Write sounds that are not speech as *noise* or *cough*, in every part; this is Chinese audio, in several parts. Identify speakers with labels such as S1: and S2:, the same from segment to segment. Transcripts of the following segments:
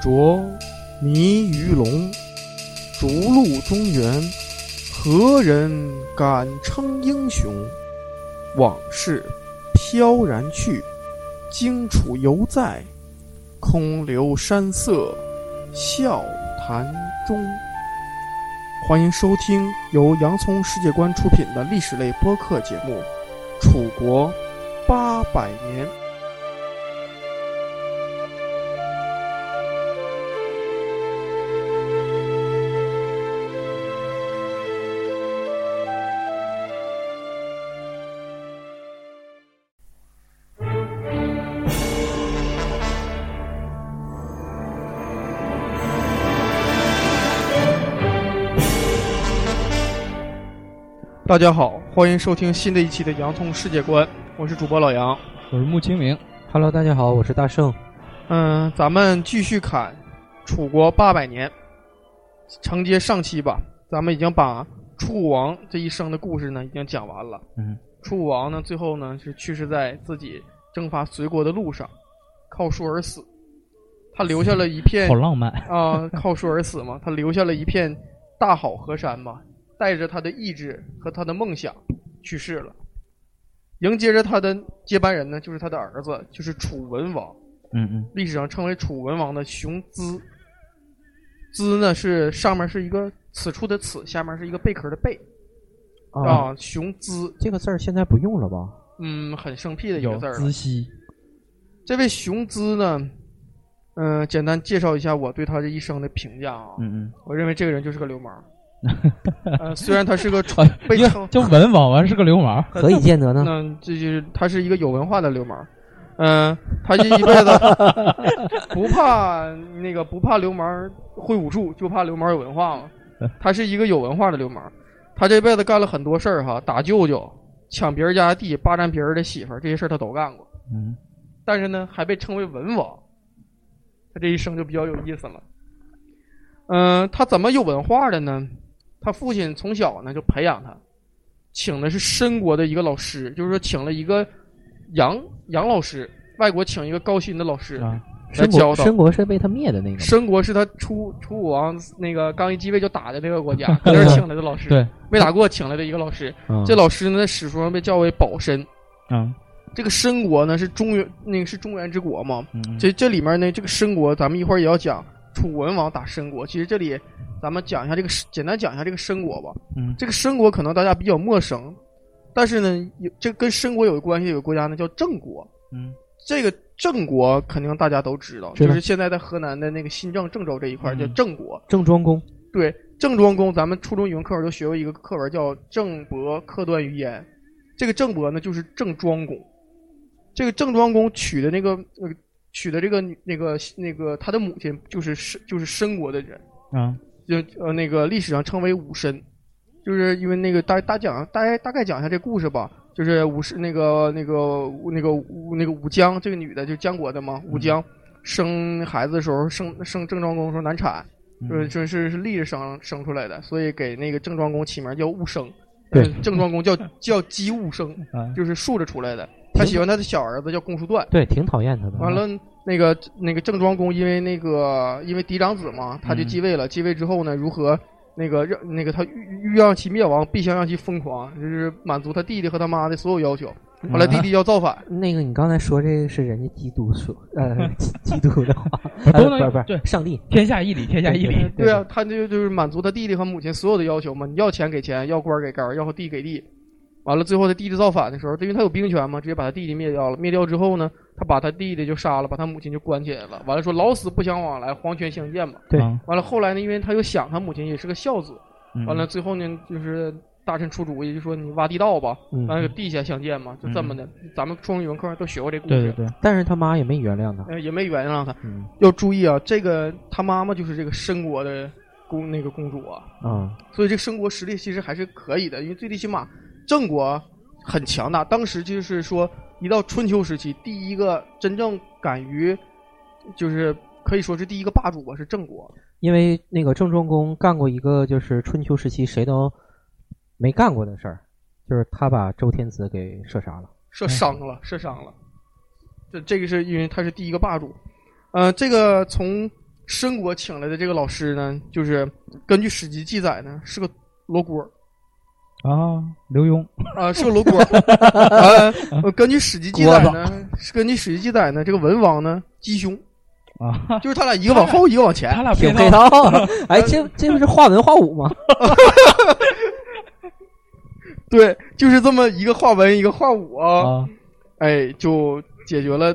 S1: 着泥鱼龙，逐鹿中原，何人敢称英雄？往事飘然去，荆楚犹在，空留山色笑谈中。欢迎收听由洋葱世界观出品的历史类播客节目《楚国八百年》。大家好，欢迎收听新的一期的《洋葱世界观》，我是主播老杨。
S2: 我是穆清明。Hello，大家好，我是大圣。
S1: 嗯，咱们继续砍楚国八百年，承接上期吧。咱们已经把楚武王这一生的故事呢，已经讲完了。
S2: 嗯，
S1: 楚武王呢，最后呢是去世在自己征伐隋国的路上，靠树而死。他留下了一片
S2: 好浪漫。 *laughs*
S1: 啊，靠树而死嘛，他留下了一片大好河山嘛，带着他的意志和他的梦想去世了。迎接着他的接班人呢，就是他的儿子，就是楚文王，
S2: 嗯嗯，
S1: 历史上称为楚文王的熊资。资呢是上面是一个此处的此，下面是一个贝壳的贝
S2: 啊，
S1: 啊，熊资，
S2: 这个字儿现在不用了吧？
S1: 嗯，很生僻的一个字儿了。
S2: 孳息。
S1: 这位熊资呢，嗯、简单介绍一下我对他这一生的评价啊。
S2: 嗯
S1: 我认为这个人就是个流氓。呃，虽然他是个
S2: 嗯，啊，
S1: 被
S2: 一
S3: *laughs*
S2: 个
S1: 称
S2: 叫文王完是个流氓。
S3: 何以见得呢？
S1: 嗯，这就是他是一个有文化的流氓。嗯、他这一辈子不怕那个不怕流氓会武术，就怕流氓有文化嘛。他是一个有文化的流氓，他这辈子干了很多事儿哈，打舅舅、抢别人家的地、霸占别人的媳妇儿，这些事儿他都干过。
S2: 嗯，
S1: 但是呢，还被称为文王，他这一生就比较有意思了。嗯、他怎么有文化的呢？他父亲从小呢就培养他，请的是申国的一个老师，就是说请了一个洋洋老师，外国请一个高薪的老师。
S2: 啊，
S3: 申
S1: 来教
S3: 国
S1: 导
S3: 申国是被他灭的那个吗，
S1: 申国是他楚楚武王那个刚一继位就打的那个国家，在那儿请来的
S3: *laughs*
S1: 老师，
S2: 对，
S1: 没打过请来的一个老师。
S3: 嗯啊
S1: 这老师呢，在史书上被叫为保申。
S2: 嗯
S1: 这个申国呢，是中原那个是中原之国嘛，
S2: 嗯，
S1: 这这里面呢，这个申国，咱们一会儿也要讲楚文王打申国。其实这里咱们讲一下这个申，简单讲一下这个申国吧。
S2: 嗯
S1: 这个申国可能大家比较陌生，但是呢，有这跟申国有关系，有个国家呢叫郑国。
S2: 嗯
S1: 这个郑国肯定大家都知道，
S3: 知道
S1: 就是现在在河南的那个新郑、郑州这一块儿
S2: 嗯
S1: 叫郑国。
S3: 郑庄公
S1: 对，郑庄公，咱们初中语文课文都学过一个课文叫《郑伯克段于鄢》，这个郑伯呢就是郑庄公，这个郑庄公娶的那个那个娶的这个女那个那个他的母亲就是申就是申国的人，
S2: 啊，
S1: 就呃那个历史上称为武申，就是因为那个大大讲大概大概讲一下这故事吧，就是武士那个那个那个武那个武姜这个女的就是姜国的嘛，武姜生孩子的时候生生郑庄公的时候难产。就是
S2: 嗯
S1: 就是是立着生生出来的，所以给那个郑庄公起名叫戊生。
S3: 对
S1: 呃，郑庄公
S2: *laughs*
S1: 叫叫姬戊生，
S2: 啊，
S1: 就是竖着出来的。他喜欢他的小儿子叫公叔段。
S3: 对，挺讨厌他的。
S1: 完了，那个那个郑庄公因为那个因为嫡长子嘛，他就
S2: 嗯
S1: 继位了。继位之后呢，如何那个让那个他欲欲让其灭亡，必先让其疯狂，就是满足他弟弟和他妈的所有要求。后
S2: 啊
S1: 来弟弟要造反，
S3: 那个，你刚才说这个是人家基督说，
S2: *laughs*
S3: 呃，基基督的话，
S2: 都
S3: 呃
S2: 能
S3: 不是不
S2: 对
S3: 是，上帝，
S2: 天下一理，天下一理。
S1: 对啊，他就就是满足他弟弟和母亲所有的要求嘛，你要钱给钱，要官儿给官儿，要地给地。完了，最后他弟弟造反的时候，因为他有兵权嘛，直接把他弟弟灭掉了。灭掉之后呢，他把他弟弟就杀了，把他母亲就关起来了。完了说老死不相往来，黄泉相见嘛。
S3: 对
S2: 啊，
S1: 完了后来呢，因为他又想他母亲也是个孝子，
S2: 嗯
S1: 完了，最后呢就是大臣出主意，就说你挖地道吧，
S3: 嗯，
S1: 完了地下相见嘛，就这么的。咱们初中语文课上都学过这故
S2: 嗯对对
S1: 事，
S2: 对，
S3: 但是他妈也没原谅他，
S1: 呃也没原谅他。
S3: 嗯
S1: 要注意啊，这个他妈妈就是这个申国的公那个公主啊。
S3: 啊，
S1: 所以这个申国实力其实还是可以的，因为最最起码郑国很强大。当时就是说，一到春秋时期，第一个真正敢于，就是可以说是第一个霸主吧，是郑国。
S3: 因为那个郑庄公干过一个就是春秋时期谁都没干过的事儿，就是他把周天子给射杀了。
S1: 射伤了，射伤了。这这个是因为他是第一个霸主，呃，这个从申国请来的这个老师呢，就是根据史籍记载呢，是个罗锅儿
S2: 啊，刘墉
S1: 啊、是个罗
S2: *laughs*
S1: 锅儿。啊、呃根据史籍记载呢，是根据史籍记载呢，这个文王呢鸡胸，
S2: 啊，
S1: 就是他俩一个往后，一个往前
S2: 他。俩
S3: 挺
S2: 配
S3: 配套啊。哎，这这不是画文画武吗？
S1: 对，就是这么一个画文，一个画武啊，
S2: 啊，
S1: 哎，就解决了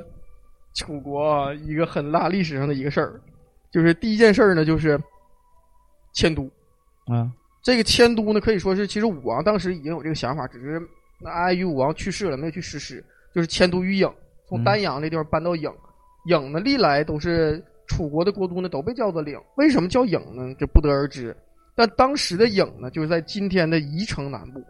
S1: 楚国啊一个很大历史上的一个事儿，就是第一件事儿呢，就是迁都。
S2: 嗯
S1: 这个迁都呢，可以说是其实武王当时已经有这个想法，只是那碍于武王去世了，没有去实施，就是迁都于郢，从
S2: 嗯
S1: 丹阳这地方搬到郢。郢呢，历来都是楚国的国都呢，都被叫做郢。为什么叫郢呢？这不得而知。但当时的郢呢，就是在今天的宜城南部，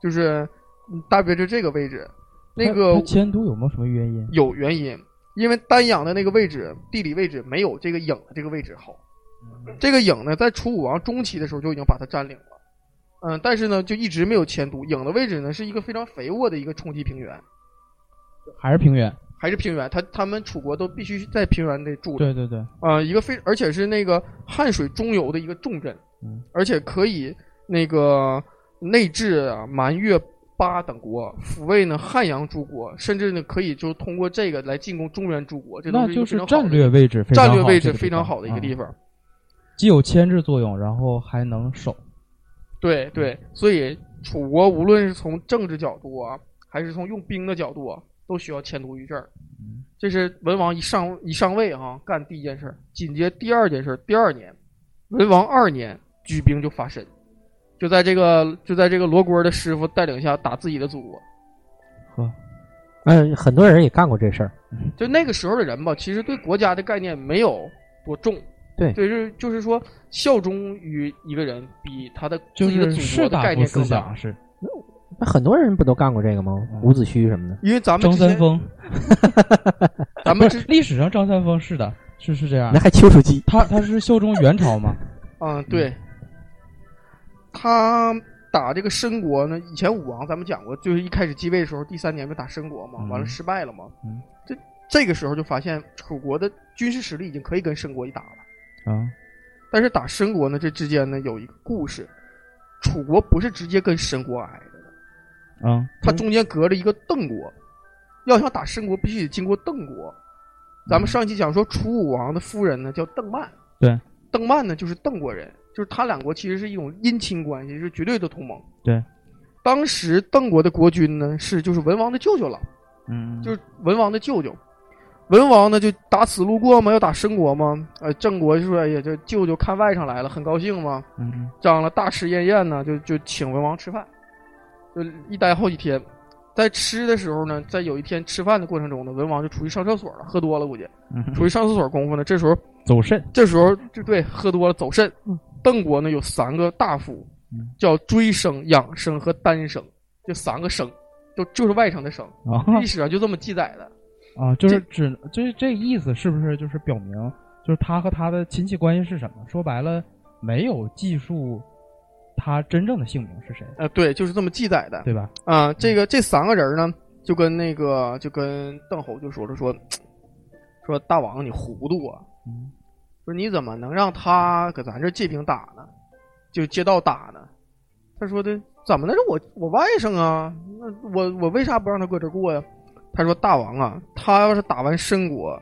S1: 就是嗯大约就这个位置。那个
S2: 他他迁都有没有什么原因？
S1: 有原因，因为丹阳的那个位置地理位置没有这个郢的这个位置好。这个郢呢，在楚武王中期的时候就已经把它占领了，嗯，但是呢，就一直没有迁都。郢的位置呢，是一个非常肥沃的一个冲积平原，
S2: 还是平原？
S1: 还是平原。他他们楚国都必须在平原内住着，
S2: 对对对，
S1: 啊、一个非而且是那个汉水中游的一个重镇，
S2: 嗯
S1: 而且可以那个内治啊、蛮越巴等国，抚慰呢汉阳诸国，甚至呢可以就通过这个来进攻中原诸国，这都
S2: 那
S1: 是一
S2: 就
S1: 个非
S2: 是
S1: 常好
S2: 战
S1: 的
S2: 略位置非常
S1: 战
S2: 好，
S1: 略位置
S2: 这
S1: 非常好的一个地方。
S2: 方，啊既有牵制作用，然后还能守。
S1: 对
S2: 嗯
S1: 对，所以楚国无论是从政治角度啊，还是从用兵的角度啊，都需要迁都于这儿
S2: 嗯。
S1: 这是文王一上一上位哈、干第一件事儿。紧接第二件事儿，第二年，文王二年举兵就伐申，就在这个就在这个罗锅的师傅带领下打自己的祖国。
S2: 呵，
S3: 嗯，很多人也干过这事儿。
S1: 就那个时候的人吧，其实对国家的概念没有多重。
S3: 对
S1: 就是就是说，效忠于一个人比他的
S2: 就
S1: 自己的
S2: 是
S1: 祖
S2: 士
S1: 国的
S2: 大
S1: 概
S2: 夫
S1: 念
S2: 思
S1: 更大。
S2: 想是
S3: 那很多人不都干过这个吗？
S2: 嗯
S3: 伍子胥什么的。
S1: 因为咱们
S2: 张
S1: 之
S2: 三
S1: 前，
S2: 丰，
S1: 咱
S2: 不
S1: 们
S2: 是
S1: 之
S2: 历史上张三丰是的，是是这样
S3: 那。还丘处机，
S2: 他他是效忠元
S1: *laughs*
S2: 朝嘛？
S1: 啊，对，他打这个申国呢，以前武王咱们讲过，就是一开始继位的时候，第三年不打申国嘛，
S2: 嗯
S1: 完了失败了嘛，
S2: 嗯
S1: 这这个时候就发现楚国的军事实力已经可以跟申国一打了，
S2: 啊，
S1: 但是打申国呢，这之间呢有一个故事，楚国不是直接跟申国挨着的，
S2: 嗯，
S1: 它中间隔着一个邓国，要想打申国必须得经过邓国。咱
S2: 嗯
S1: 们上一期讲说，楚武王的夫人呢叫邓曼，
S2: 对，
S1: 邓曼呢就是邓国人，就是他两国其实是一种姻亲关系，是绝对的同盟。
S2: 对，
S1: 当时邓国的国君呢是就是文王的舅舅了，
S2: 嗯，
S1: 就是文王的舅舅。文王呢就打此路过嘛，要打申国嘛，呃，郑国就说哎呀，这舅舅看外甥来了，很高兴嘛，
S2: 嗯
S1: 张了大吃宴宴呢，就就请文王吃饭，就一待好几天。在吃的时候呢，在有一天吃饭的过程中呢，文王就出去上厕所了，喝多了估计，
S2: 嗯
S1: 出去上厕所功夫呢，这时候
S2: 走肾
S1: 这时候就对喝多了走肾
S3: 嗯。
S1: 邓国呢有三个大夫
S2: 嗯，
S1: 叫追生、养生和丹生，就三个生，就就是外甥的生，
S2: 啊
S1: 历史上就这么记载的。
S2: 啊，就是指就是这个意思，是不是就是表明就是他和他的亲戚关系是什么？说白了，没有记述他真正的姓名是谁，
S1: 呃，对，就是这么记载的。
S2: 对吧？
S1: 啊，
S2: 嗯
S1: 这个这三个人呢，就跟那个就跟邓侯就说了说，说大王你糊涂啊，
S2: 嗯
S1: 说你怎么能让他搁咱这借兵打呢？就街道打呢？他说的怎么的？我我外甥啊，那我我为啥不让他搁这过呀？他说大王啊，他要是打完申国，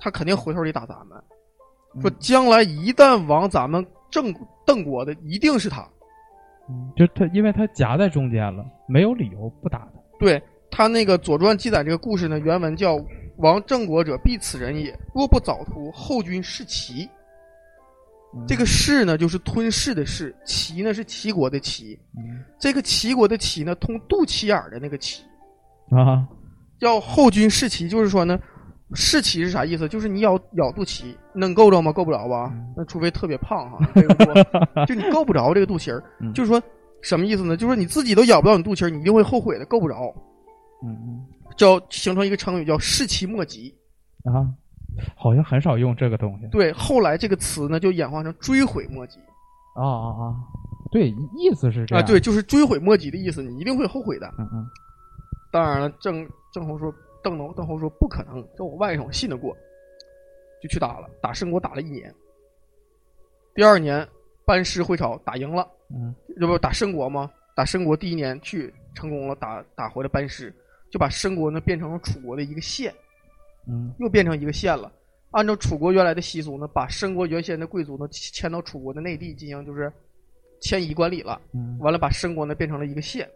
S1: 他肯定回头得打咱们。说
S2: 嗯
S1: 将来一旦亡咱们郑邓国的，一定是他。
S2: 嗯，就他因为他夹在中间了，没有理由不打他。
S1: 对他那个《左传》记载这个故事呢，原文叫“亡郑国者，必此人也。若不早图，后君弑齐。”
S2: 嗯
S1: 这个“弑”呢，就是吞噬的“噬”；“齐”呢，是齐国的“齐
S2: 嗯”。
S1: 这个齐国的“齐”呢，通肚脐眼儿的那个“齐
S2: 啊”，
S1: 叫后君弑齐，就是说呢，弑齐是啥意思？就是你咬咬肚脐，能够着吗？够不着吧
S2: 嗯？
S1: 那除非特别胖哈，这个
S2: *laughs*
S1: 多就你够不着这个肚脐儿
S2: 嗯。
S1: 就是说什么意思呢？就是说你自己都咬不到你肚脐儿，你一定会后悔的，够不着。
S2: 嗯
S1: 叫形成一个成语叫“世其莫及
S2: 嗯啊，好像很少用这个东西”。。
S1: 对，后来这个词呢就演化成“追悔莫及
S2: 啊啊啊！对，意思是”这
S1: 啊，
S2: 样。
S1: 对，，就是追悔莫及的意思，你一定会后悔的。
S2: 嗯嗯
S1: 当然了，郑郑侯说，邓侯邓侯说不可能，这我外甥我信得过。就去打了，打胜国打了一年。第二年班师回朝，打赢了，
S2: 嗯
S1: 这不打申国吗？打申国第一年去成功了，打打回了班师，就把申国呢变成了楚国的一个县，
S2: 嗯
S1: 又变成一个县了。按照楚国原来的习俗呢，把申国原先的贵族呢迁到楚国的内地进行就是迁移管理了。
S2: 嗯，
S1: 完了把申国呢变成了一个县。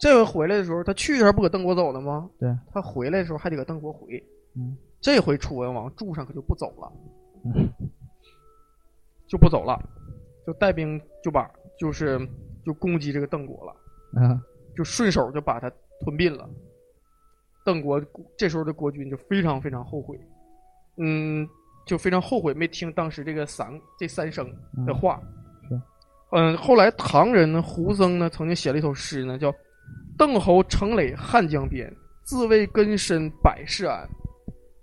S1: 这回回来的时候，他去的时候不搁邓国走了吗？
S2: 对，
S1: 他回来的时候还得搁邓国回。
S2: 嗯，
S1: 这回楚文王住上可就不走了，
S2: 嗯
S1: 就不走了，就带兵就把就是就攻击这个邓国了，
S2: 啊
S1: 就顺手就把他吞并了。邓国这时候的国君就非常非常后悔，嗯，就非常后悔没听当时这个三这三生
S2: 嗯
S1: 的话。
S2: 是
S1: 嗯，后来唐人呢，胡僧呢，曾经写了一首诗呢，叫“邓侯成垒汉江边，自谓根深百世安。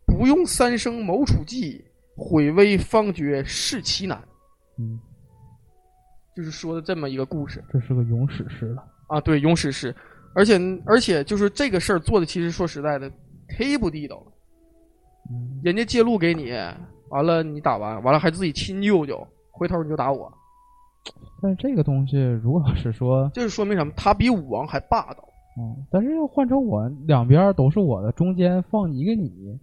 S1: 不用三生谋楚计，毁危方觉是其难。
S2: 嗯，”
S1: 就是说的这么一个故事
S2: 这是个咏史诗了。
S1: 啊，对，咏史诗。而且而且就是这个事儿做的，其实说实在的，忒不地道了。
S2: 嗯
S1: 人家借路给你，完了你打完，完了还自己亲舅舅，回头你就打我，
S2: 但是这个东西，如果要是说，
S1: 这就说明什么？他比武王还霸道。
S2: 嗯，但是要换成我，两边都是我的，中间放一个你，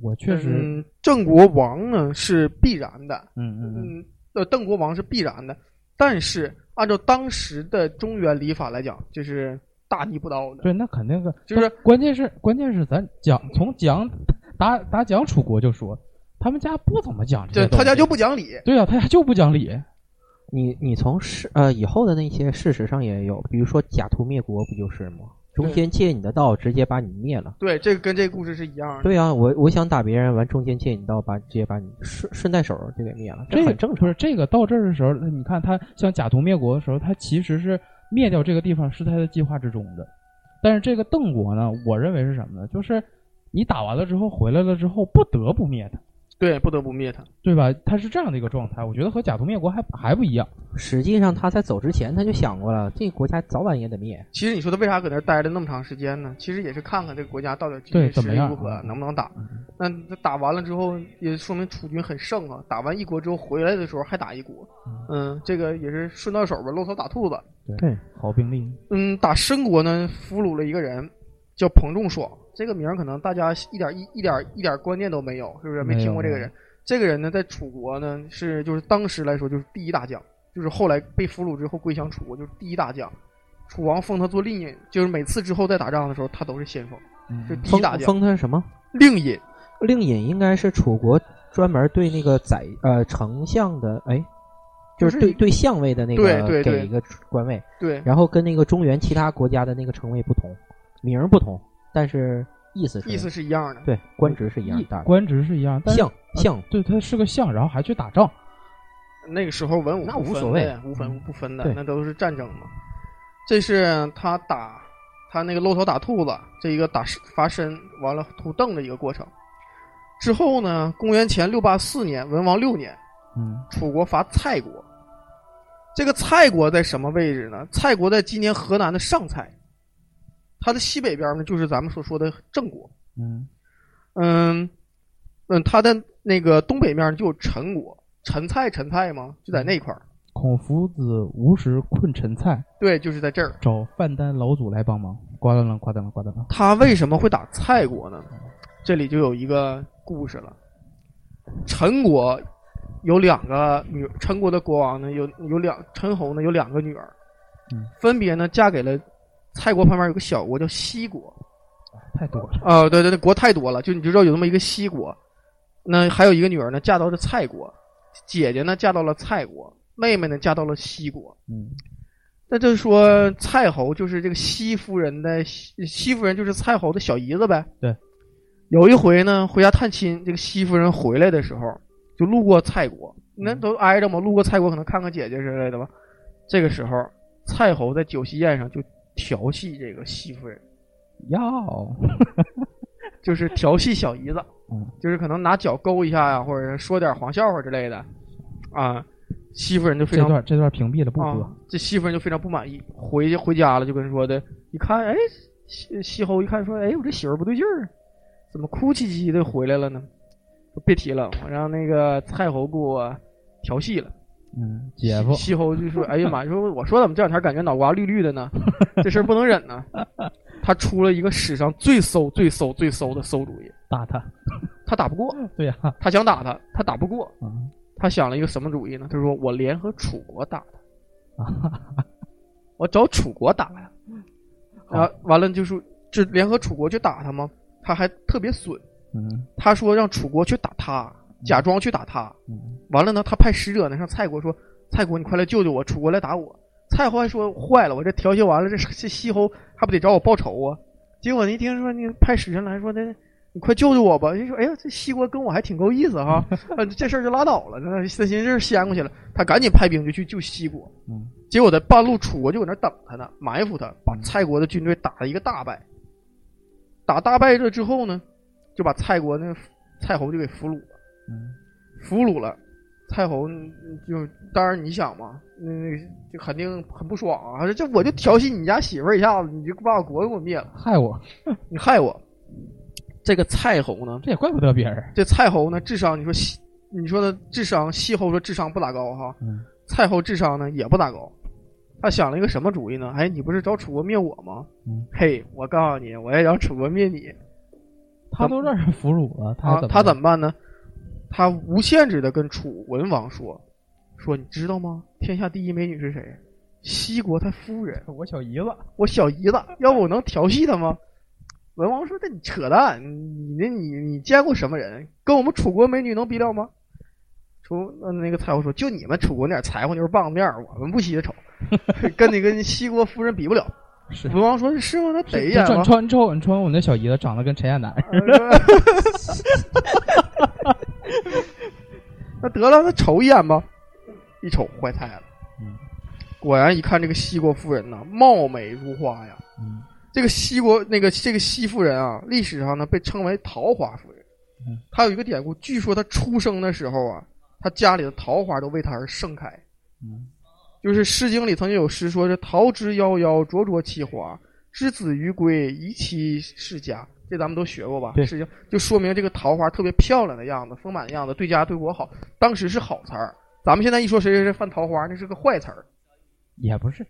S2: 我确实，
S1: 嗯，郑国王呢是必然的，
S2: 嗯嗯嗯
S1: 嗯，呃，邓国王是必然的，但是按照当时的中原礼法来讲，这是大逆不道的。
S2: 对，那肯定个，
S1: 就是
S2: 关键是关键是咱讲从讲打打讲楚国就说，他们家不怎么讲这
S1: 对
S2: 些东
S1: 他
S2: 西，
S1: 家就不讲理，
S2: 对啊，他家就不讲理，
S3: 你你从事呃以后的那些事实上也有，比如说假途灭国不就是吗？中间借你的道，直接把你灭了。
S1: 对，这个跟这个故事是一样的。
S3: 对啊，我我想打别人，完中间借你道，把直接把你顺顺带手就给灭了，
S2: 这个
S3: 很正
S2: 不
S3: 常
S2: 是。这个到这儿的时候，呃你看他像假途灭国的时候，他其实是灭掉这个地方是他的计划之中的。但是这个邓国呢，我认为是什么呢？就是你打完了之后回来了之后，不得不灭他，
S1: 对，不得不灭他。
S2: 对吧？他是这样的一个状态，我觉得和假途灭国还还不一样。
S3: 实际上他在走之前他就想过了，这个国家早晚也得灭。
S1: 其实你说他为啥搁那儿待了那么长时间呢？其实也是看看这个国家到底
S2: 对
S1: 军事
S2: 怎
S1: 实
S2: 么
S1: 力
S2: 样
S1: 如何
S2: 啊，
S1: 能不能打。那他打完了之后，也说明楚军很盛啊。打完一国之后回来的时候还打一国，嗯，这个也是顺到手吧，搂草打兔子。
S3: 对，
S2: 好兵力，
S1: 嗯，打申国呢，俘虏了一个人，叫彭仲爽。这个名儿可能大家一点一一点一点观念都没有，是不是？
S2: 没有
S1: 听过这个人。这个人呢，在楚国呢是就是当时来说就是第一大将，就是后来被俘虏之后归降楚国就是第一大将。楚王封他做令尹，就是每次之后在打仗的时候，他都是先锋，
S2: 嗯
S1: 是第一
S3: 封
S1: 大将。
S3: 封他是什么？
S1: 令尹
S3: 令尹应该是楚国专门对那个宰呃丞相的，哎，就
S1: 就是
S3: 是对对相位的那个
S1: 对对对
S3: 给一个官位，
S1: 对
S3: 然后跟那个中原其他国家的那个称谓不同，名儿不同，但是意思是
S1: 意思是一样的。
S3: 对官职是一样
S2: 一
S3: 的，
S2: 官职是一样，但是
S3: 相相
S2: 对他是个相，然后还去打仗，
S1: 那个时候文武
S3: 那
S1: 不
S3: 无
S1: 分
S3: 所
S1: 的
S3: 谓嗯
S1: 呀无分不分的，
S3: 对
S1: 那都是战争嘛。这是他打他那个搂头打兔子，这一个打伐参，完了土邓的一个过程。之后呢，公元前六八四年，文王六年，
S2: 嗯
S1: 楚国伐蔡国。这个蔡国在什么位置呢？蔡国在今天河南的上蔡，它的西北边呢就是咱们所说的郑国。
S2: 嗯
S1: 嗯，嗯，它的那个东北面就有陈国，陈蔡陈蔡嘛，就
S3: 嗯
S1: 在那块儿。
S2: 孔夫子无时困陈蔡，
S1: 对，就是在这儿。
S2: 找范丹老祖来帮忙，呱啦啦，呱啦啦，呱啦啦，
S1: 他为什么会打蔡国呢？这里就有一个故事了。陈国有两个女，陈国的国王呢有有两陈侯呢有两个女儿
S2: 嗯，
S1: 分别呢嫁给了蔡国旁边有个小国叫西国。
S2: 太多了，
S1: 啊、对对对，国太多了，就你就知道有那么一个西国。那还有一个女儿呢，嫁到了蔡国，姐姐呢嫁到了蔡国，妹妹呢嫁到了西国。
S2: 嗯。
S1: 那就是说蔡侯就是这个西夫人的西西夫人就是蔡侯的小姨子呗。
S2: 对。
S1: 有一回呢，回家探亲，这个西夫人回来的时候，就路过蔡国，那
S2: 嗯
S1: 都挨着嘛，路过蔡国可能看看姐姐之类的吧。这个时候，蔡侯在酒席宴上就调戏这个西夫人，
S2: 要，
S1: 就是调戏小姨子
S2: 嗯，
S1: 就是可能拿脚勾一下呀、或者是说点黄笑话之类的，啊，西夫人就非
S2: 这
S1: 常
S2: 段这段屏蔽了不播、
S1: 啊。这西夫人就非常不满意，回去回家了就跟人说的，一看，哎，啊西西侯一看说，哎，我这媳妇儿不对劲儿，怎么哭唧唧的回来了呢？别提了，我让那个蔡侯给我调戏了。
S2: 嗯，姐夫，
S1: 西侯就说：“哎呀妈，说我说怎么这两天感觉脑瓜绿绿的呢？这事儿不能忍
S2: *laughs*
S1: 呢。”他出了一个史上最馊、最馊、最馊的馊主意，
S2: 打他，
S1: 他打不过，
S2: 对呀、
S1: 他想打他，他打不过，
S2: 嗯
S1: 他想了一个什么主意呢？他说：“我联合楚国打他，
S2: *laughs* 啊，
S1: 我找楚国打呀。”
S2: 好
S1: 啊，完了就说就联合楚国去打他吗？他还特别损，
S2: 嗯
S1: 他说让楚国去打他，假装去打他。
S2: 嗯，
S1: 完了呢，他派使者呢上蔡国说：“蔡国，你快来救救我，楚国来打我。”蔡侯还说：“坏了，我这调戏完了，这这西侯还不得找我报仇啊？”结果你一听说你派使臣来说：“那你快救救我吧！”人说：“哎呀，这西国跟我还挺够意思哈，啊这事儿就拉倒了。”那他寻思掀过去了，他赶紧派兵就去救西国。
S2: 嗯，
S1: 结果在半路，楚国就搁那等他呢，埋伏他，把
S2: 嗯
S1: 蔡国的军队打了一个大败。打大败了之后呢，就把蔡国那蔡侯就给俘虏了。
S2: 嗯
S1: 俘虏了，蔡侯嗯就当然你想嘛，那那就肯定很不爽啊！这我就调戏你家媳妇儿一下子，你就把我国给我灭了，
S2: 害我，
S1: 你害我！这个蔡侯呢，
S2: 这也怪不得别人。
S1: 这蔡侯呢，智商你说西，你说的智商，西侯说智商不咋高哈，
S2: 嗯
S1: 蔡侯智商呢也不咋高。他想了一个什么主意呢？哎，你不是找楚国灭我吗？
S2: 嗯
S1: 嘿，我告诉你，我也找楚国灭你。
S2: 他都让人俘虏了，他
S1: 啊
S2: 怎么、，
S1: 他怎
S2: 么
S1: 么办呢？他无限制的跟楚文王说：“说你知道吗？天下第一美女是谁？西国他夫人，
S2: 我小姨子？
S1: 我小姨子。要不我能调戏她吗？”文王说：“那你扯淡！你那你你见过什么人？跟我们楚国美女能比了吗？”楚那那个蔡侯说：“就你们楚国那点柴火妞棒子面儿，我们不稀得瞅， *laughs* 跟你跟西国夫人比不了。”
S2: 是
S1: 文王说：“是吗？那
S2: 是
S1: 得
S2: 你
S1: 呀。”
S2: 瞅你瞅你瞅你瞅我那小姨子长得跟陈亚楠似的，
S1: *laughs* 那得了，那瞅一眼吧。一瞅，坏菜了
S2: 嗯。
S1: 果然一看这个西国夫人呐，貌美如花呀。
S2: 嗯
S1: 这个西国那个这个西夫人啊，历史上呢被称为桃花夫人
S2: 嗯。
S1: 她有一个典故，据说她出生的时候啊，她家里的桃花都为她而盛开。
S2: 嗯
S1: 就是《诗经》里曾经有诗说：“这桃之夭夭，灼灼其华，之子于归，宜其世家。”这咱们都学过吧？
S3: 对
S1: 《诗经》就说明这个桃花特别漂亮的样子，丰满的样子，对家对国好。当时是好词儿，咱们现在一说谁谁谁犯桃花，那是个坏词儿。
S2: 也不是，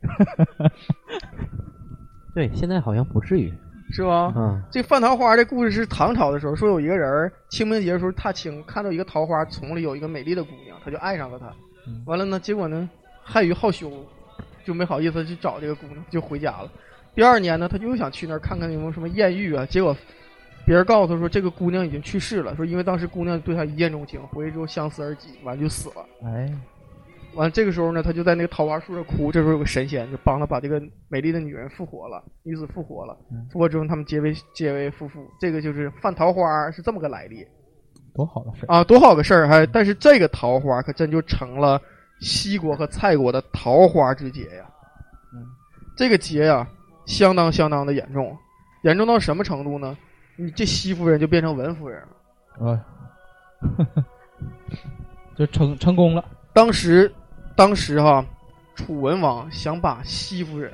S3: 对，现在好像不至于
S1: 是
S3: *laughs*
S1: 吗？
S3: 啊。
S1: 这犯桃花这故事是唐朝的时候，说有一个人儿清明节的时候踏青，看到一个桃花丛里有一个美丽的姑娘，他就爱上了她
S2: 嗯。
S1: 完了呢，结果呢，害于好羞，就没好意思去找这个姑娘，就回家了。第二年呢，他就又想去那儿看看有没有什么艳遇啊，结果别人告诉他说这个姑娘已经去世了，说因为当时姑娘对他一见钟情，回去之后相思而极，完了就死了。
S2: 哎，
S1: 完了，这个时候呢，他就在那个桃花树上哭。这时候有个神仙就帮他把这个美丽的女人复活了，女子复活了
S2: 嗯。
S1: 复活之后，他们结为结为夫妇。这个就是犯桃花是这么个来历
S2: 多好的事儿，
S1: 啊，多好个事儿！还
S2: 嗯
S1: 但是这个桃花可真就成了西国和蔡国的桃花之劫呀。
S2: 嗯，
S1: 这个劫呀，相当相当的严重，严重到什么程度呢？你这西夫人就变成文夫人了。
S2: 呃， *laughs* 就成成功了，
S1: 当时，当时哈，楚文王想把西夫人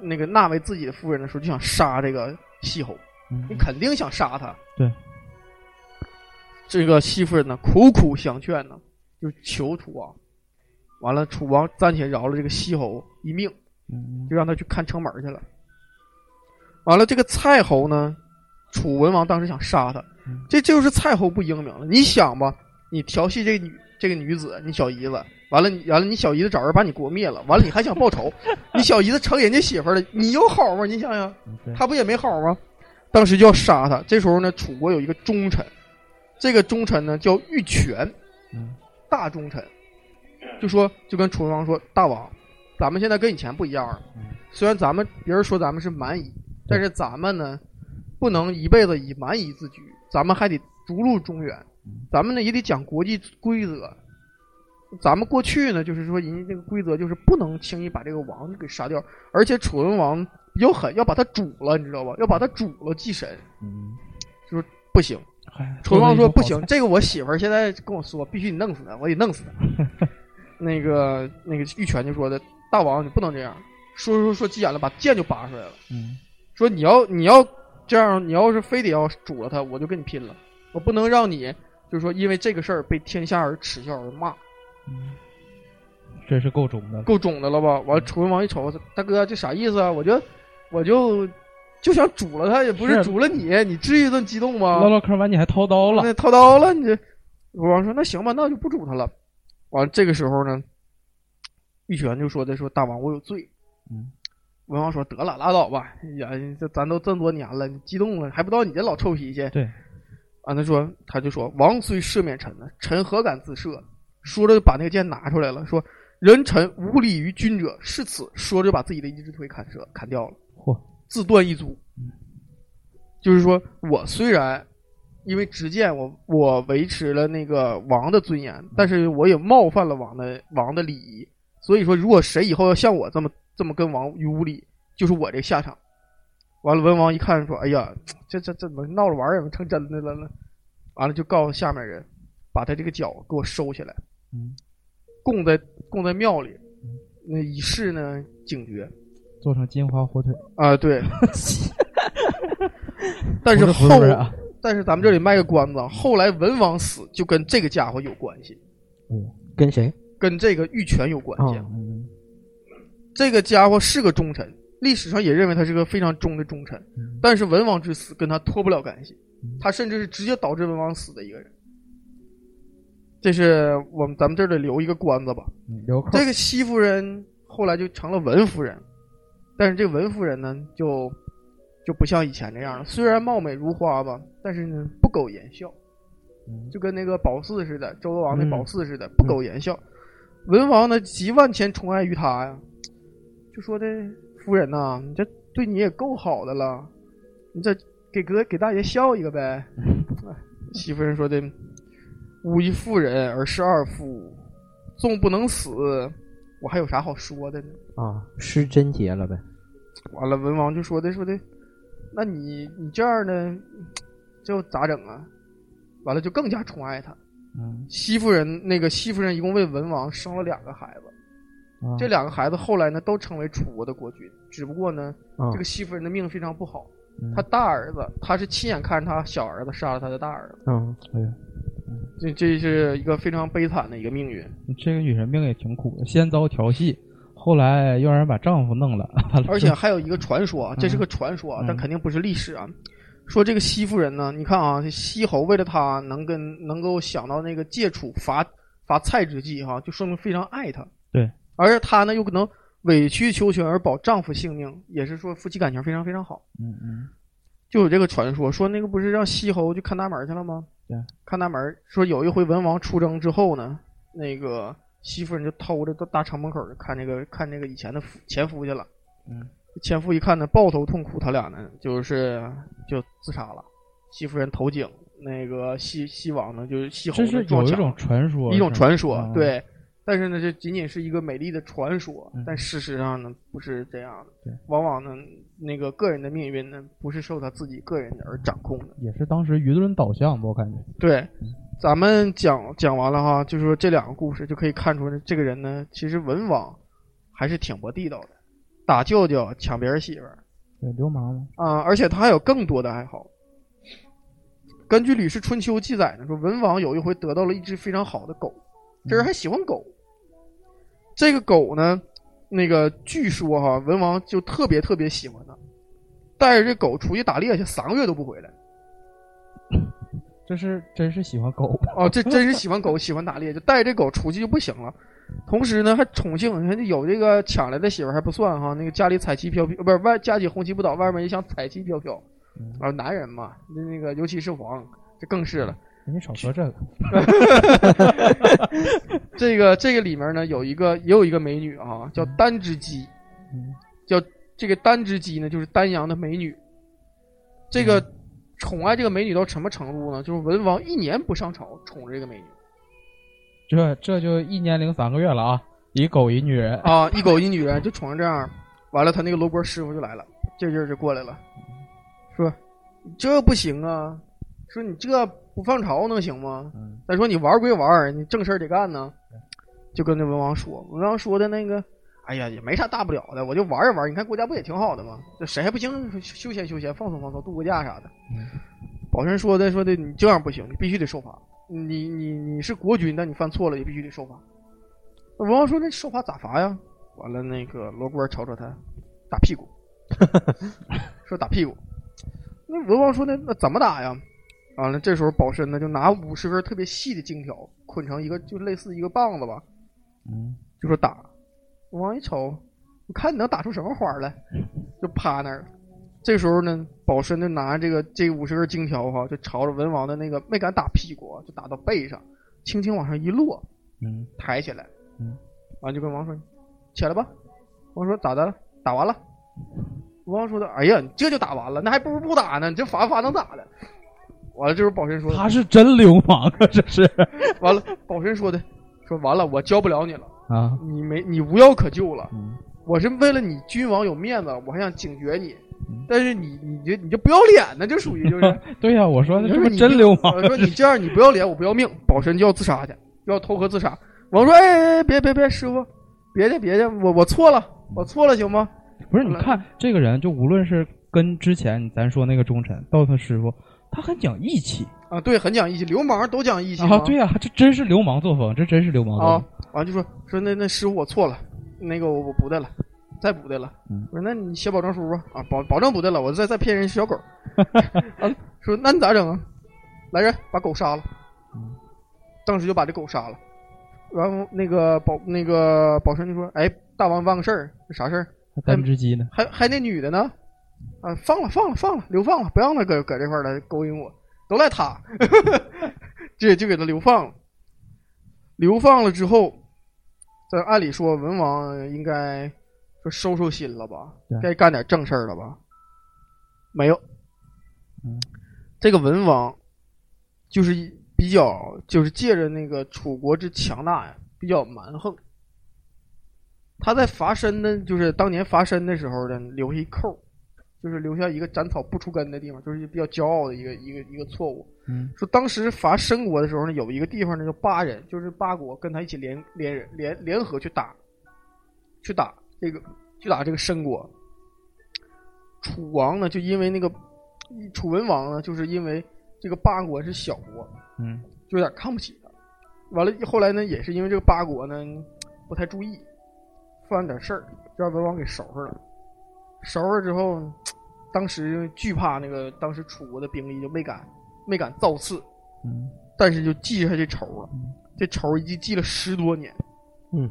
S1: 那个纳为自己的夫人的时候，就想杀这个西侯，
S2: 嗯
S1: 你肯定想杀他。
S2: 对。
S1: 这个西夫人呢，苦苦相劝呢，就求楚王。完了，楚王暂且饶了这个西侯一命，
S2: 嗯
S1: 就让他去看城门去了。完了，这个蔡侯呢，楚文王当时想杀他
S2: 嗯，
S1: 这就是蔡侯不英明了。你想吧，你调戏这个女这个女子，你小姨子，完了你完了你小姨子找人把你国灭了，完了你还想报仇， *laughs* 你小姨子成人家媳妇儿了，你有好吗？你想想，
S2: 嗯对
S1: 他不也没好吗？当时就要杀他。这时候呢，楚国有一个忠臣，这个忠臣呢叫玉泉，
S2: 嗯
S1: 大忠臣，就说就跟楚文王说：“大王，咱们现在跟以前不一样了
S2: 嗯，
S1: 虽然咱们别人说咱们是蛮夷，但是咱们呢，不能一辈子以蛮夷自居，咱们还得逐鹿中原，
S2: 嗯
S1: 咱们呢也得讲国际规则。咱们过去呢，就是说人家这个规则就是不能轻易把这个王给杀掉，而且楚文王比较狠，要把他煮了，你知道吧？要把他煮了祭神，
S2: 嗯，
S1: 不行。”
S2: 哎
S1: 楚文王说：“
S2: 多
S1: 不
S2: 了一
S1: 行，这个我媳妇儿现在跟我说，必须你弄死他，我得弄死他。
S2: *laughs*
S1: 那个那个玉泉就说的：“大王，你不能这样。”说说说急眼了，把剑就拔出来了，
S2: 口才，
S1: 说：“你要你要这样，你要是非得要煮了他，我就跟你拼了！我不能让你就是说因为这个事儿被天下人耻笑而骂，
S2: 嗯这是够肿的嗯了。
S1: 够肿的了吧？完，楚文王一瞅，大哥这啥意思啊？我就我就就想煮了他，也不是
S2: 是
S1: 煮了你，你至于这么激动吗？
S2: 唠唠嗑完你还掏刀了，
S1: 那掏刀了，你这鲁王说那行吧，那我就不煮他了。完这个时候呢，玉泉就说的说大王我有罪。
S2: 嗯，
S1: 文王说得了拉倒吧，哎呀这咱都这么多年了，你激动了还不到你这老臭脾气。
S2: 对，
S1: 啊他说他就说王虽赦免臣呢，臣何敢自赦？说着就把那个剑拿出来了，说人臣无礼于君者，是此。说着就把自己的一只腿砍折砍掉了。
S2: 嚯，嗯
S1: 自断一足。就是说我虽然因为执剑我，我维持了那个王的尊严，但是我也冒犯了王的王的礼仪。所以说，如果谁以后要像我这么这么跟王于无礼，就是我这下场。完了，文王一看说：“哎呀，这这这怎么闹着玩儿也成真的了呢？”完了，就告诉下面人，把他这个脚给我收起来，
S2: 嗯，
S1: 供在供在庙里，那以示呢警觉。
S2: 做成金华火腿，
S1: 啊，
S2: *laughs*
S1: 对。但是
S2: 不
S1: 后
S2: 不是啊，
S1: 但是咱们这里卖个关子啊，后来文王死就跟这个家伙有关系，
S3: 跟谁？
S1: 跟这个玉泉有关系。
S3: 哦
S2: 嗯，
S1: 这个家伙是个忠臣，历史上也认为他是个非常忠的忠臣，
S2: 嗯
S1: 但是文王之死跟他脱不了干系
S2: 嗯，
S1: 他甚至是直接导致文王死的一个人。这是我们咱们这里留一个关子吧。
S2: 嗯留扣
S1: 这个西夫人后来就成了文夫人，但是这个文夫人呢，就就不像以前那样了。虽然貌美如花吧，但是呢不苟言笑，
S2: 嗯
S1: 就跟那个褒姒似的，周文王那褒姒似的，不苟言笑。文王呢集万千宠爱于她呀，就说的夫人呐、你这对你也够好的了，你这给哥给大爷笑一个呗。 *laughs* 哎西夫人说的，吾一妇人而是二夫，纵不能死，我还有啥好说的呢？
S3: 啊，失贞洁了呗。
S1: 完了，文王就说的说的，那你你这样呢，这咋整啊？完了就更加宠爱他。
S2: 嗯，
S1: 西夫人那个西夫人一共为文王生了两个孩子，
S2: 啊
S1: 这两个孩子后来呢都成为楚国的国君，只不过呢
S3: 啊
S1: 这个西夫人的命非常不好，
S2: 嗯
S1: 她大儿子她是亲眼看着她小儿子杀了她的大儿子，
S3: 嗯，
S2: 哎呀，
S1: 这这是一个非常悲惨的一个命运。
S2: 这个女神命也挺苦的，先遭调戏，后来又让人把丈夫弄了，完了
S1: 而且还有一个传说啊，这是个传说啊，
S2: 嗯
S1: 但肯定不是历史啊。说这个西夫人呢，你看啊，这西侯为了她能跟能够想到那个戒楚伐伐蔡之计哈、就说明非常爱她。
S2: 对，
S1: 而且她呢又可能委曲求全而保丈夫性命，也是说夫妻感情非常非常好。
S2: 嗯嗯
S1: 就有这个传说，说那个不是让西侯去看大门去了吗？
S2: 对，
S1: 看大门。说有一回文王出征之后呢，那个西夫人就偷着到大城门口儿看那个看那个以前的夫前夫去了。
S2: 嗯，
S1: 前夫一看呢，抱头痛哭，他俩呢就是就自杀了。西夫人投井，那个西西王呢就是西侯
S2: 这
S1: 呢
S2: 是有
S1: 撞
S2: 一
S1: 墙
S2: 种传说，
S1: 一种
S2: 是吧
S1: 传说，
S2: 啊
S1: 对。但是呢，这仅仅是一个美丽的传说
S2: 嗯，
S1: 但事实上呢，不是这样的
S2: 对。
S1: 往往呢，那个个人的命运呢，不是受他自己个人而掌控的。
S2: 也是当时舆论导向吧，我感觉，
S1: 对，咱们讲讲完了哈，就是说这两个故事就可以看出呢，这个人呢，其实文王还是挺不地道的，打舅舅、抢别人媳妇儿
S2: 对，流氓嘛，
S1: 啊、而且他还有更多的爱好。根据《吕氏春秋》记载呢，说文王有一回得到了一只非常好的狗，这人还喜欢狗。这个狗呢，那个据说哈，文王就特别特别喜欢它，带着这狗出去打猎去，三个月都不回来。
S2: 这是真是喜欢狗，
S1: 哦，这真是喜欢狗，喜欢打猎，就带着这狗出去就不行了。同时呢，还宠幸，你看有这个抢来的媳妇儿还不算哈，那个家里彩旗飘飘，呃不是外家里红旗不倒，外面也想彩旗飘飘。
S2: 嗯
S1: 啊，男人嘛，那那个尤其是王，这更是了。
S2: 你少说这个，
S1: 这个这个里面呢，有一个也有一个美女啊，叫丹之姬。
S2: 嗯
S1: 这个丹之姬呢，就是丹阳的美女。这个
S2: 嗯
S1: 宠爱这个美女到什么程度呢？就是文王一年不上朝，宠着这个美女
S2: 这这就一年零三个月了啊，一狗一女人，
S1: 啊，一狗一女人就宠成这样。完了，他那个罗锅师傅就来了，这阵儿就过来了，说这不行啊，说你这不放朝能行吗？
S2: 嗯，
S1: 再说你玩儿归玩儿，你正事儿得干呢。就跟那文王说，文王说的那个，哎呀，也没啥大不了的，我就玩儿一玩儿。你看国家不也挺好的吗？这谁还不行？休休闲休闲，放松放松，度个假啥的
S2: 嗯。
S1: 宝神说的说的，你这样不行，你必须得受罚。你你你是国君，但你犯错了也必须得受罚。文王说：“那受罚咋罚呀？”完了，那个罗锅瞅瞅他，打屁股，说打屁股。那文王说：“那那怎么打呀？”完了，这时候保身呢就拿五十根特别细的荆条捆成一个，就类似一个棒子吧，
S3: 啊
S2: 嗯，
S1: 就说打。文王一瞅，我看你能打出什么花儿来，就趴那儿了。这时候呢，保身就拿这个这五十根荆条哈，就朝着文王的那个没敢打屁股啊，就打到背上，轻轻往上一落，
S2: 嗯，
S1: 抬起来。
S2: 嗯，
S1: 完就跟王说：“起来吧。”王说：“咋的了？打完了。”文王说的：“哎呀，你这就打完了，那还不如不打呢。你这罚罚能咋的？”完了，这时候保身说：“
S2: 他是真流氓啊，这
S1: *laughs*
S2: 是
S1: 完了，保身说的，说完了，我教不了你了，
S2: 啊，
S1: 你没你无药可救了。
S2: 嗯
S1: 我是为了你君王有面子，我还想警觉你
S2: 嗯，
S1: 但是你你这你这不要脸呢，这属于就是。
S2: 对呀，我说
S1: 你
S2: 这
S1: 说
S2: 不
S1: 你呃
S2: 真流氓
S1: 我说你这样你不要脸，我不要命，保身就要自杀去，要投河自杀。我说哎哎哎别别别，师傅，别去别去，我我错了，我错了行吗？
S2: 不是，你看这个人，就无论是跟之前咱说那个忠臣到他师傅，他很讲义气
S1: 啊，对，很讲义气，流氓都讲义气
S2: 啊
S1: 嘛。，
S2: 对呀、这真是流氓作风，这真是流氓作
S1: 啊
S2: 风。，
S1: 完就说说那那师傅我错了，那个我我不对了，再不对了。
S2: 嗯
S1: 我说那你写保证书吧，啊保保证不对了，我再再骗人
S2: *laughs*
S1: 小狗。啊，说那你咋整啊？来人把狗杀了
S2: 嗯，
S1: 当时就把这狗杀了。然后那个保那个保生就说：“哎，大王办个事儿，啥事儿？
S2: 他单只鸡呢？
S1: 还还那女的呢？啊，放了放了放了，流放了，不让他搁搁这块儿来勾引我，都赖他， *laughs* 这就给他流放了。流放了之后，咱按理说文王应该说收收心了吧
S2: 对，
S1: 该干点正事儿了吧？没有，
S2: 嗯
S1: 这个文王就是比较就是借着那个楚国之强大呀，比较蛮横。他在伐身的，就是当年伐身的时候呢，留下一扣，就是留下一个斩草不除根的地方，就是比较骄傲的一个一个一个错误。
S2: 嗯
S1: 说当时伐申国的时候呢，有一个地方呢叫巴人，就是八国跟他一起联联人联联合去打，去打这个去打这个申国。楚王呢，就因为那个楚文王呢，就是因为这个八国是小国，
S2: 嗯
S1: 就有点看不起他。完了，后来呢，也是因为这个八国呢不太注意，犯了点事儿，让文王给收拾了。收拾之后，当时惧怕那个当时楚国的兵力，就没敢没敢造次，
S2: 嗯，
S1: 但是就记下这仇了
S2: 嗯。
S1: 这仇一记记了十多年，
S3: 嗯，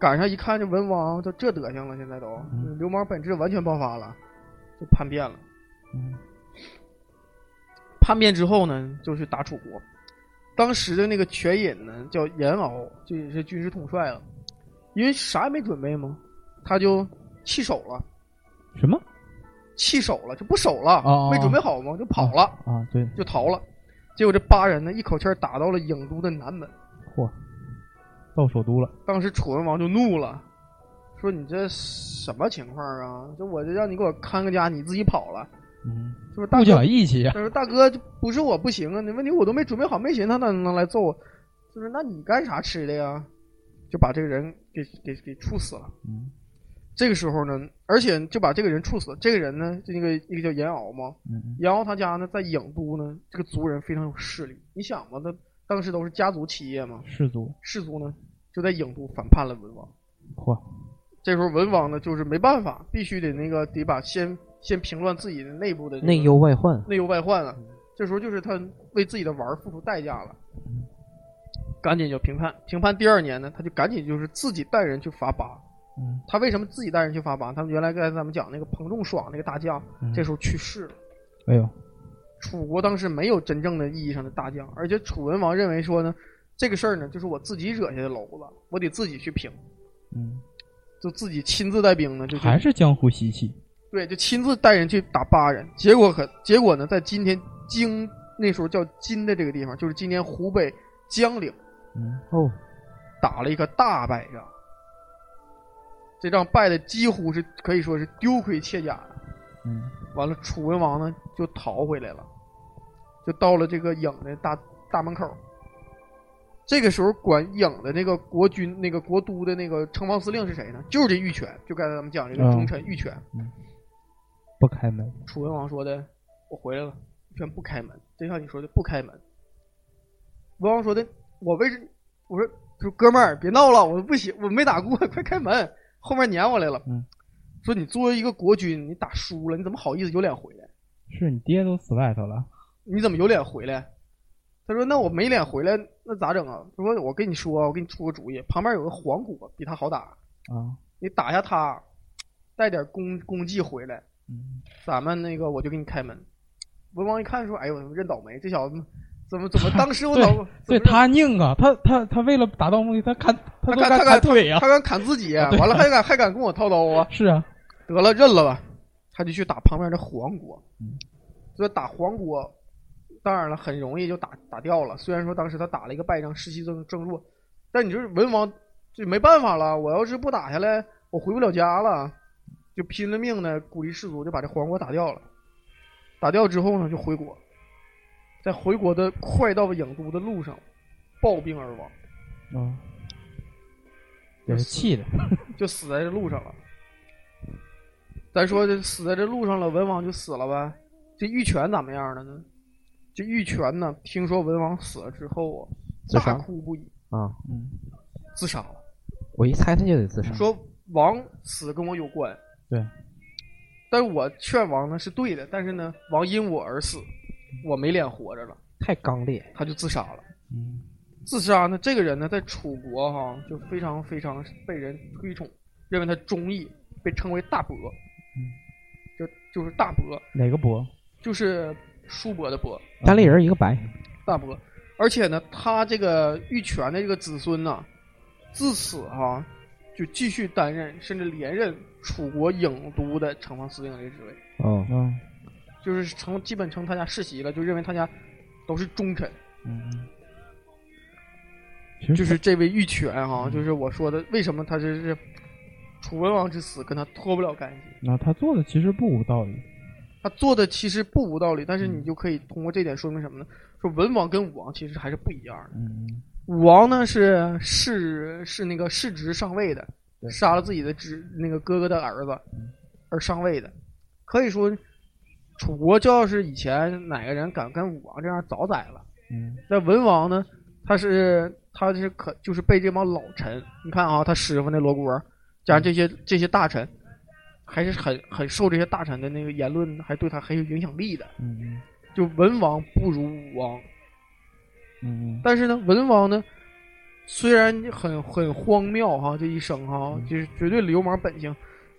S1: 赶上一看这文王都这德行了，现在都、
S2: 嗯
S1: 流氓本质完全爆发了，就叛变了。
S2: 嗯
S1: 叛变之后呢，就去打楚国。当时的那个权尹呢，叫严敖，这也是军事统帅了，因为啥也没准备嘛，他就弃守了，
S2: 什么
S1: 弃守了就不守了，
S2: 哦哦
S1: 没准备好嘛，就跑了，
S2: 啊？对，
S1: 就逃了。结果这八人呢，一口气儿打到了郢都的南门。
S2: 到首都了。
S1: 当时楚文王就怒了，说：“你这什么情况啊？这我这让你给我看个家，你自己跑了，
S2: 嗯，
S1: 就是大
S2: 不
S1: 哥
S2: 讲义气呀、
S1: 他说：“大哥，这不是我不行啊，你问题我都没准备好，没寻思他能能来揍我。”就是那你干啥吃的呀？就把这个人给给给处死了。
S2: 嗯
S1: 这个时候呢，而且就把这个人处死了。这个人呢，就那个那个叫严敖嘛，
S2: 嗯
S1: 严敖他家呢在郢都呢，这个族人非常有势力。你想吧，他当时都是家族企业嘛
S2: 嗯，，氏族。
S1: 氏族呢就在郢都反叛了文王。
S2: 嚯，
S1: 这时候文王呢就是没办法，必须得那个得把先先平乱自己的内部的这个
S3: 内忧外患，
S1: 内忧外患
S2: 嗯
S1: 了。这时候就是他为自己的玩儿付出代价了，
S2: 嗯
S1: 赶紧就平叛。平叛第二年呢，他就赶紧就是自己带人去伐拔。
S2: 嗯，
S1: 他为什么自己带人去伐拔？他们原来刚才咱们讲那个彭仲爽那个大将，
S2: 嗯
S1: 这时候去世了。
S2: 哎呦，
S1: 楚国当时没有真正的意义上的大将，而且楚文王认为说呢，这个事儿呢就是我自己惹下的篓子，我得自己去平，
S2: 嗯，
S1: 就自己亲自带兵呢，就去
S2: 还是江湖习气。
S1: 对，就亲自带人去打巴人，结果可结果呢，在今天荆那时候叫荆的这个地方，就是今天湖北江陵，
S2: 嗯
S3: 哦，
S1: 打了一个大败仗。这仗败的几乎是可以说是丢盔卸甲的。
S2: 嗯
S1: 完了，楚文王呢就逃回来了，就到了这个郢的大大门口。这个时候，管郢的那个国君、那个国都的那个城防司令是谁呢？就是这玉泉，就刚才咱们讲这个
S2: 嗯
S1: 忠臣玉泉。
S2: 不开门。
S1: 楚文王说的：“我回来了，全不开门。”就像你说的，不开门。文王说的，我为什我说就哥们儿别闹了，我不行，我没打过，快开门，后面撵我来了。
S2: 嗯
S1: 说你作为一个国君，你打输了，你怎么好意思有脸回来？
S2: 是你爹都死外头了，
S1: 你怎么有脸回来？他说：“那我没脸回来，那咋整啊？”他说：“我跟你说啊，我给你出个主意，旁边有个黄国比他好打，
S2: 啊，
S1: 你打下他，带点功功绩回来，
S2: 嗯，
S1: 咱们那个我就给你开门。”文王一看说：“哎呦，我认倒霉，这小子怎么怎么当时我脑
S2: *laughs* 对他宁啊，他他他为了达到目的，他砍他都
S1: 他
S2: 敢
S1: 敢
S2: 砍腿啊
S1: 他，敢砍自己，完了还敢还敢跟我套刀啊？
S2: 是啊，
S1: 得了，认了吧。他就去打旁边的黄国
S2: 嗯，
S1: 所以打黄国，当然了，很容易就打打掉了。虽然说当时他打了一个败仗，士气正正弱，但你就是文王就没办法了。我要是不打下来，我回不了家了，就拼了命的鼓励士卒就把这黄国打掉了。打掉之后呢，就回国，在回国的快到郢都的路上，暴病而亡，
S2: 啊，也是气的，
S1: 就死在这路上了。咱说这死在这路上了，文王就死了呗。这玉泉咋么样了呢？这玉泉呢，听说文王死了之后啊，
S3: 自
S1: 大
S3: 杀
S1: 哭不已，
S3: 啊！
S2: 嗯，
S1: 自杀了，
S3: 我一猜他就得自杀。
S1: 说王死跟我有关。
S2: 对。
S1: 但是我劝王呢是对的，但是呢，王因我而死，我没脸活着了，
S3: 太刚烈，
S1: 他就自杀了。
S2: 嗯，
S1: 自杀呢，这个人呢，在楚国哈、就非常非常被人推崇，认为他忠义，被称为大伯，
S2: 嗯
S1: 就就是大伯，
S2: 哪个
S3: 啊
S2: 伯？
S1: 就是叔伯的伯，
S3: 单立人一个白，
S1: 大伯。而且呢，他这个玉泉的这个子孙呢，自此哈、就继续担任甚至连任楚国郢都的城防司令这个职位，
S3: 哦，
S2: 嗯
S1: 就是成基本成他家世袭了，就认为他家都是忠臣。
S2: 嗯，嗯其实
S1: 就是这位玉泉哈、
S2: 嗯
S1: 就是我说的，为什么他这是楚文王之死跟他脱不了干系？
S2: 那他做的其实不无道理，
S1: 他做的其实不无道理，但是你
S2: 嗯
S1: 就可以通过这点说明什么呢？说文王跟武王其实还是不一样的。
S2: 嗯
S1: 武王呢是是是那个世侄上位的，
S2: 对
S1: 杀了自己的侄那个哥哥的儿子
S2: 嗯，
S1: 而上位的，可以说楚国就要是以前哪个人敢跟武王这样早宰了。
S2: 嗯
S1: 那文王呢，他是他是可就是被这帮老臣，你看啊，他师傅那罗锅，加上这些这些大臣，还是很很受这些大臣的那个言论，还对他很有影响力的。
S2: 嗯嗯
S1: 就文王不如武王，
S2: 嗯
S1: 但是呢，文王呢，虽然很很荒谬哈，这一生哈
S2: 嗯，
S1: 就是绝对流氓本性，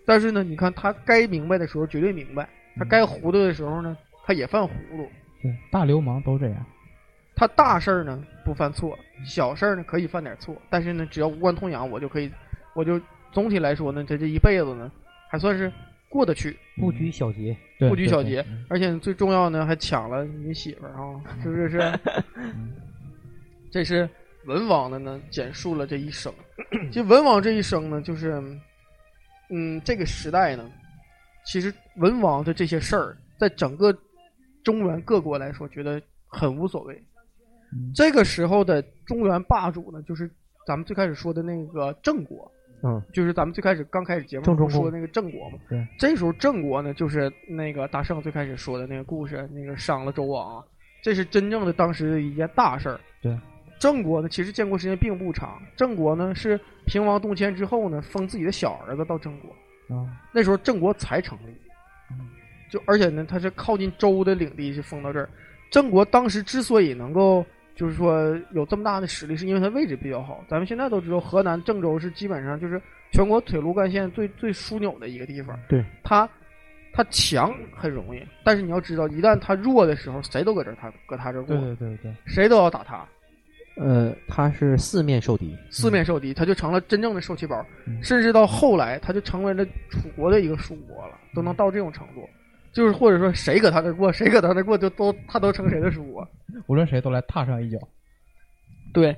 S1: 但是呢，你看他该明白的时候绝对明白，他该糊涂的时候呢，他也犯糊涂。
S2: 对，大流氓都这样，
S1: 他大事儿呢不犯错，小事儿呢可以犯点错，但是呢，只要无关痛痒，我就可以，我就总体来说呢，这这一辈子呢还算是过得去，
S3: 不拘小节，
S2: 对
S1: 不拘
S2: 对
S1: 小
S2: 对
S1: 节
S2: 嗯
S1: 而且最重要呢还抢了你媳妇儿啊，是不是？这是文王的呢，简述了这一生。其实文王这一生呢，就是，嗯，这个时代呢，其实文王的这些事儿，在整个中原各国来说，觉得很无所谓。
S2: 嗯
S1: 这个时候的中原霸主呢，就是咱们最开始说的那个郑国，
S3: 嗯，
S1: 就是咱们最开始刚开始节目
S3: 郑
S1: 不
S3: 庄
S1: 是
S3: 公
S1: 说那个郑国嘛。
S2: 对，
S1: 这时候郑国呢，就是那个大圣最开始说的那个故事，那个伤了周王啊，这是真正的当时的一件大事儿。
S2: 对，
S1: 郑国呢，其实建国时间并不长，郑国呢是平王动迁之后呢，封自己的小儿子到郑国，
S2: 啊
S1: 那时候郑国才成立
S2: 嗯，
S1: 就而且呢，它是靠近周的领地是封到这儿。郑国当时之所以能够就是说有这么大的实力，是因为它位置比较好。咱们现在都知道，河南郑州是基本上就是全国铁路干线最最枢纽的一个地方。
S3: 对，
S1: 它它强很容易，但是你要知道，一旦它弱的时候，谁都搁这儿它搁它这儿过
S2: 对，对对对，
S1: 谁都要打它。
S3: 呃，他是四面受敌，
S1: 四面受敌，他就成了真正的受气包，
S2: 嗯
S1: 甚至到后来，他就成为了楚国的一个属国了，都
S2: 嗯
S1: 能到这种程度，就是或者说谁搁他那过，谁搁他那过，就都他都成谁的属国。
S2: 无论谁都来踏上一脚，
S1: 对，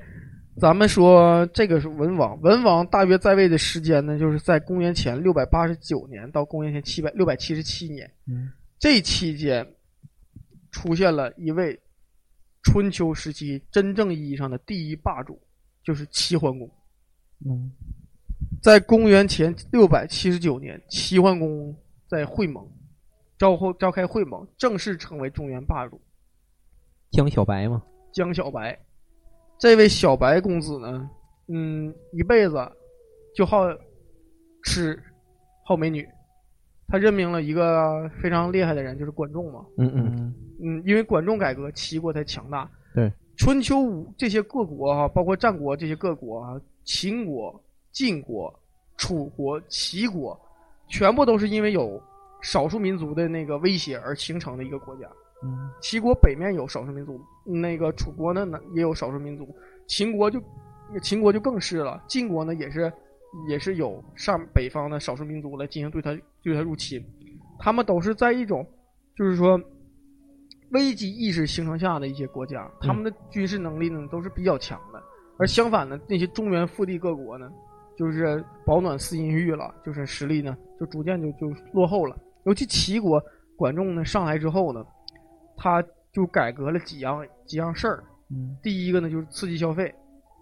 S1: 咱们说这个是文王，文王大约在位的时间呢，就是在公元前六百八十九年到公元前七百六百七十七年
S2: 嗯
S1: 这期间，出现了一位春秋时期真正意义上的第一霸主，就是齐桓公。
S2: 嗯
S1: 在公元前六百七十九年，齐桓公在会盟召后召开会盟，正式成为中原霸主
S3: 江小白嘛，
S1: 江小白。这位小白公子呢，嗯，一辈子就好吃，好美女。他任命了一个非常厉害的人，就是管仲嘛。
S3: 嗯嗯，
S2: 嗯
S1: 嗯，因为管仲改革，齐国才强大。
S3: 对，
S1: 春秋五这些各国哈、包括战国这些各国啊，秦国、晋国、楚国、齐国，全部都是因为有少数民族的那个威胁而形成的一个国家。
S2: 嗯
S1: 齐国北面有少数民族，那个楚国呢南也有少数民族，秦国就秦国就更是了，晋国呢也是也是有上北方的少数民族来进行对他对他入侵，他们都是在一种就是说危机意识形成下的一些国家，他们的军事能力呢都是比较强的，而相反呢，那些中原腹地各国呢，就是保暖思淫欲了，就是实力呢就逐渐就就落后了，尤其齐国管仲呢上来之后呢。他就改革了几样几样事儿。
S2: 嗯
S1: 第一个呢，就是刺激消费，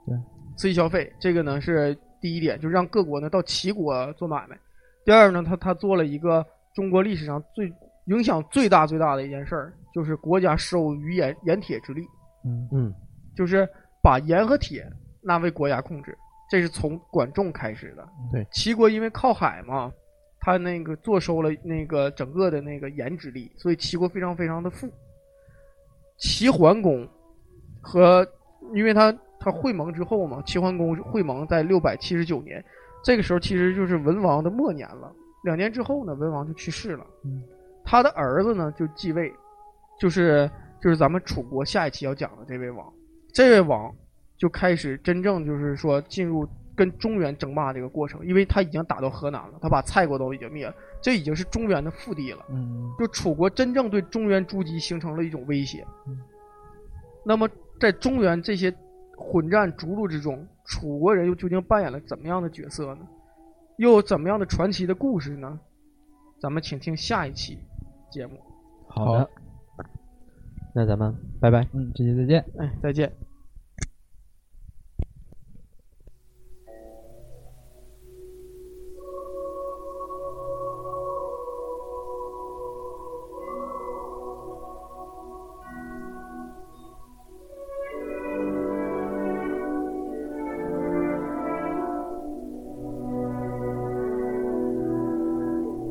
S2: 对，
S1: 刺激消费这个呢是第一点，就是让各国呢到齐国做买卖。第二呢，他他做了一个中国历史上最影响最大最大的一件事儿，就是国家收于盐盐铁之利，
S2: 嗯
S3: 嗯
S1: 就是把盐和铁纳为国家控制，这是从管仲开始的。
S3: 对，
S1: 齐国因为靠海嘛，他那个坐收了那个整个的那个盐之力，所以齐国非常非常的富。齐桓公和因为他他会盟之后嘛，齐桓公会盟在六百七十九年，这个时候其实就是文王的末年了。两年之后呢，文王就去世了。
S2: 嗯，
S1: 他的儿子呢就继位，就是就是咱们楚国下一期要讲的这位王。这位王就开始真正就是说进入跟中原争霸这个过程，因为他已经打到河南了，他把蔡国都已经灭了，这已经是中原的腹地了。
S2: 嗯
S1: 就楚国真正对中原诸姬形成了一种威胁
S2: 嗯。
S1: 那么在中原这些混战逐鹿之中，楚国人又究竟扮演了怎么样的角色呢？又有怎么样的传奇的故事呢？咱们请听下一期节目。
S3: 好的，那咱们拜拜。
S2: 嗯，这期再见。
S1: 哎，再见。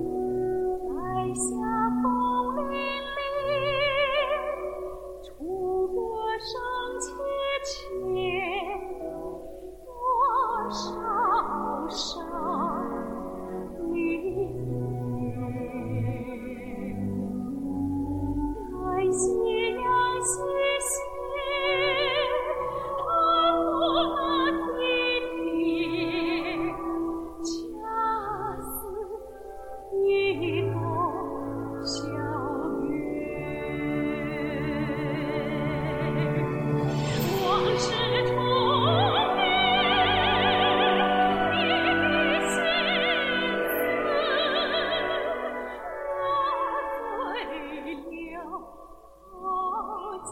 S4: 白霞风凛凛，楚歌声切切。我少少离别，看夕阳西斜，穿过那地铁。恰似一朵小月，往事重叠，你的心思化醉了好久。